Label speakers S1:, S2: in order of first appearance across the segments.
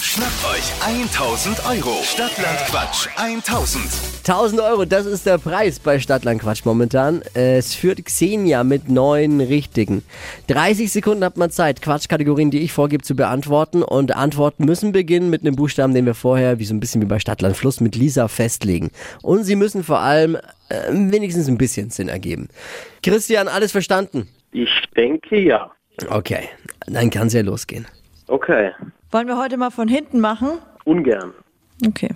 S1: Schnappt euch 1000 Euro. Stadtland Quatsch 1000.
S2: 1000 Euro, das ist der Preis bei Stadtlandquatsch momentan. Äh, Es führt Xenia mit neun Richtigen. 30 Sekunden hat man Zeit, Quatschkategorien, die ich vorgebe, zu beantworten. Und Antworten müssen beginnen mit einem Buchstaben, den wir vorher, wie so ein bisschen wie bei Stadtland Fluss, mit Lisa festlegen. Und sie müssen vor allem äh, wenigstens ein bisschen Sinn ergeben. Christian, alles verstanden?
S3: Ich denke ja.
S2: Okay, dann kann es ja losgehen.
S3: Okay.
S4: Wollen wir heute mal von hinten machen?
S3: Ungern.
S4: Okay.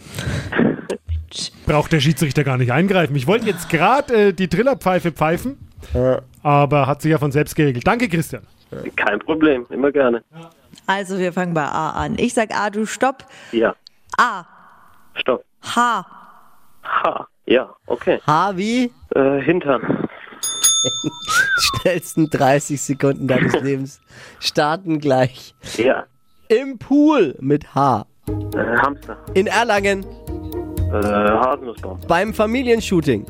S5: Braucht der Schiedsrichter gar nicht eingreifen. Ich wollte jetzt gerade äh, die Trillerpfeife pfeifen, aber hat sich ja von selbst geregelt. Danke, Christian.
S3: Kein Problem. Immer gerne.
S4: Also wir fangen bei A an. Ich sag A, du stopp.
S3: Ja.
S4: A,
S3: Stopp.
S4: H,
S3: Ha. Ja. Okay.
S2: Harvey,
S3: Äh, Hintern.
S2: schnellsten 30 Sekunden deines Lebens starten gleich.
S3: Ja.
S2: Im Pool mit H.
S3: Äh, Hamster.
S2: In Erlangen
S3: Äh, Haselnussbaum.
S2: beim Familienshooting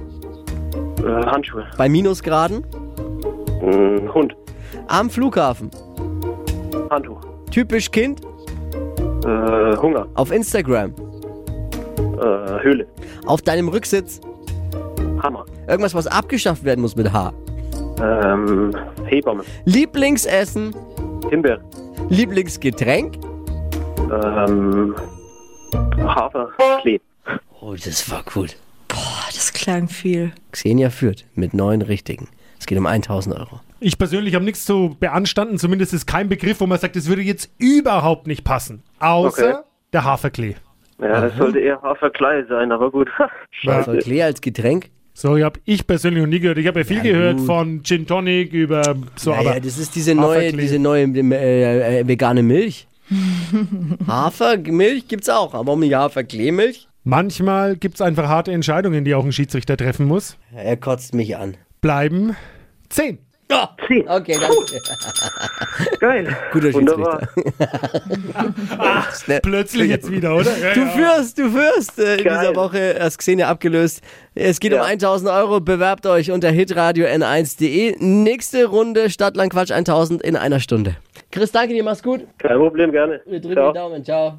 S3: Äh, Handschuhe.
S2: bei Minusgraden
S3: Äh, Hund.
S2: am Flughafen.
S3: Handtuch.
S2: Typisch Kind
S3: Äh, Hunger.
S2: auf Instagram.
S3: Äh, Höhle.
S2: Auf deinem Rücksitz
S3: Hammer.
S2: irgendwas, was abgeschafft werden muss mit H.
S3: Ähm, Hebamme.
S2: Lieblingsessen,
S3: Himbeer.
S2: Lieblingsgetränk.
S3: Ähm, Hafer. Klee.
S2: Oh, das war cool.
S4: Boah, Oh, das klang viel.
S2: Xenia führt mit neun richtigen. Es geht um 1000 Euro.
S5: Ich persönlich habe nichts zu beanstanden, zumindest ist kein Begriff, wo man sagt, es würde jetzt überhaupt nicht passen.
S3: Okay.
S5: Außer der Haferklee.
S3: Ja,
S2: Mhm.
S3: das sollte eher Haferklei sein, aber gut.
S2: Soll Klee als Getränk?
S5: Sorry, habe ich persönlich noch nie gehört. Ich habe ja viel gehört von Gin Tonic über so,
S2: Naja,
S5: aber
S2: das ist diese neue,
S5: Haferklee.
S2: diese neue äh, äh, vegane Milch. Hafermilch gibt's auch, aber um die Haferkleemilch?
S5: manchmal gibt es einfach harte Entscheidungen, die auch ein Schiedsrichter treffen muss.
S2: Er kotzt mich an.
S5: Bleiben zehn.
S3: Zehn.
S2: Okay, danke.
S3: Geil.
S2: Guter
S3: Wunderbar.
S5: Plötzlich jetzt wieder, oder? Ja,
S2: Du
S5: ja.
S2: führst, du führst äh, in
S3: Geil.
S2: dieser Woche. Hast Xenia abgelöst. Es geht um
S3: Ja.
S2: 1000 Euro. Bewerbt euch unter hitradio n1.de. Nächste Runde Stadtlandquatsch 1000 in einer Stunde. Chris, danke dir. Mach's gut.
S3: Kein Problem, gerne.
S2: Wir drücken
S3: Ciao.
S2: die Daumen. Ciao.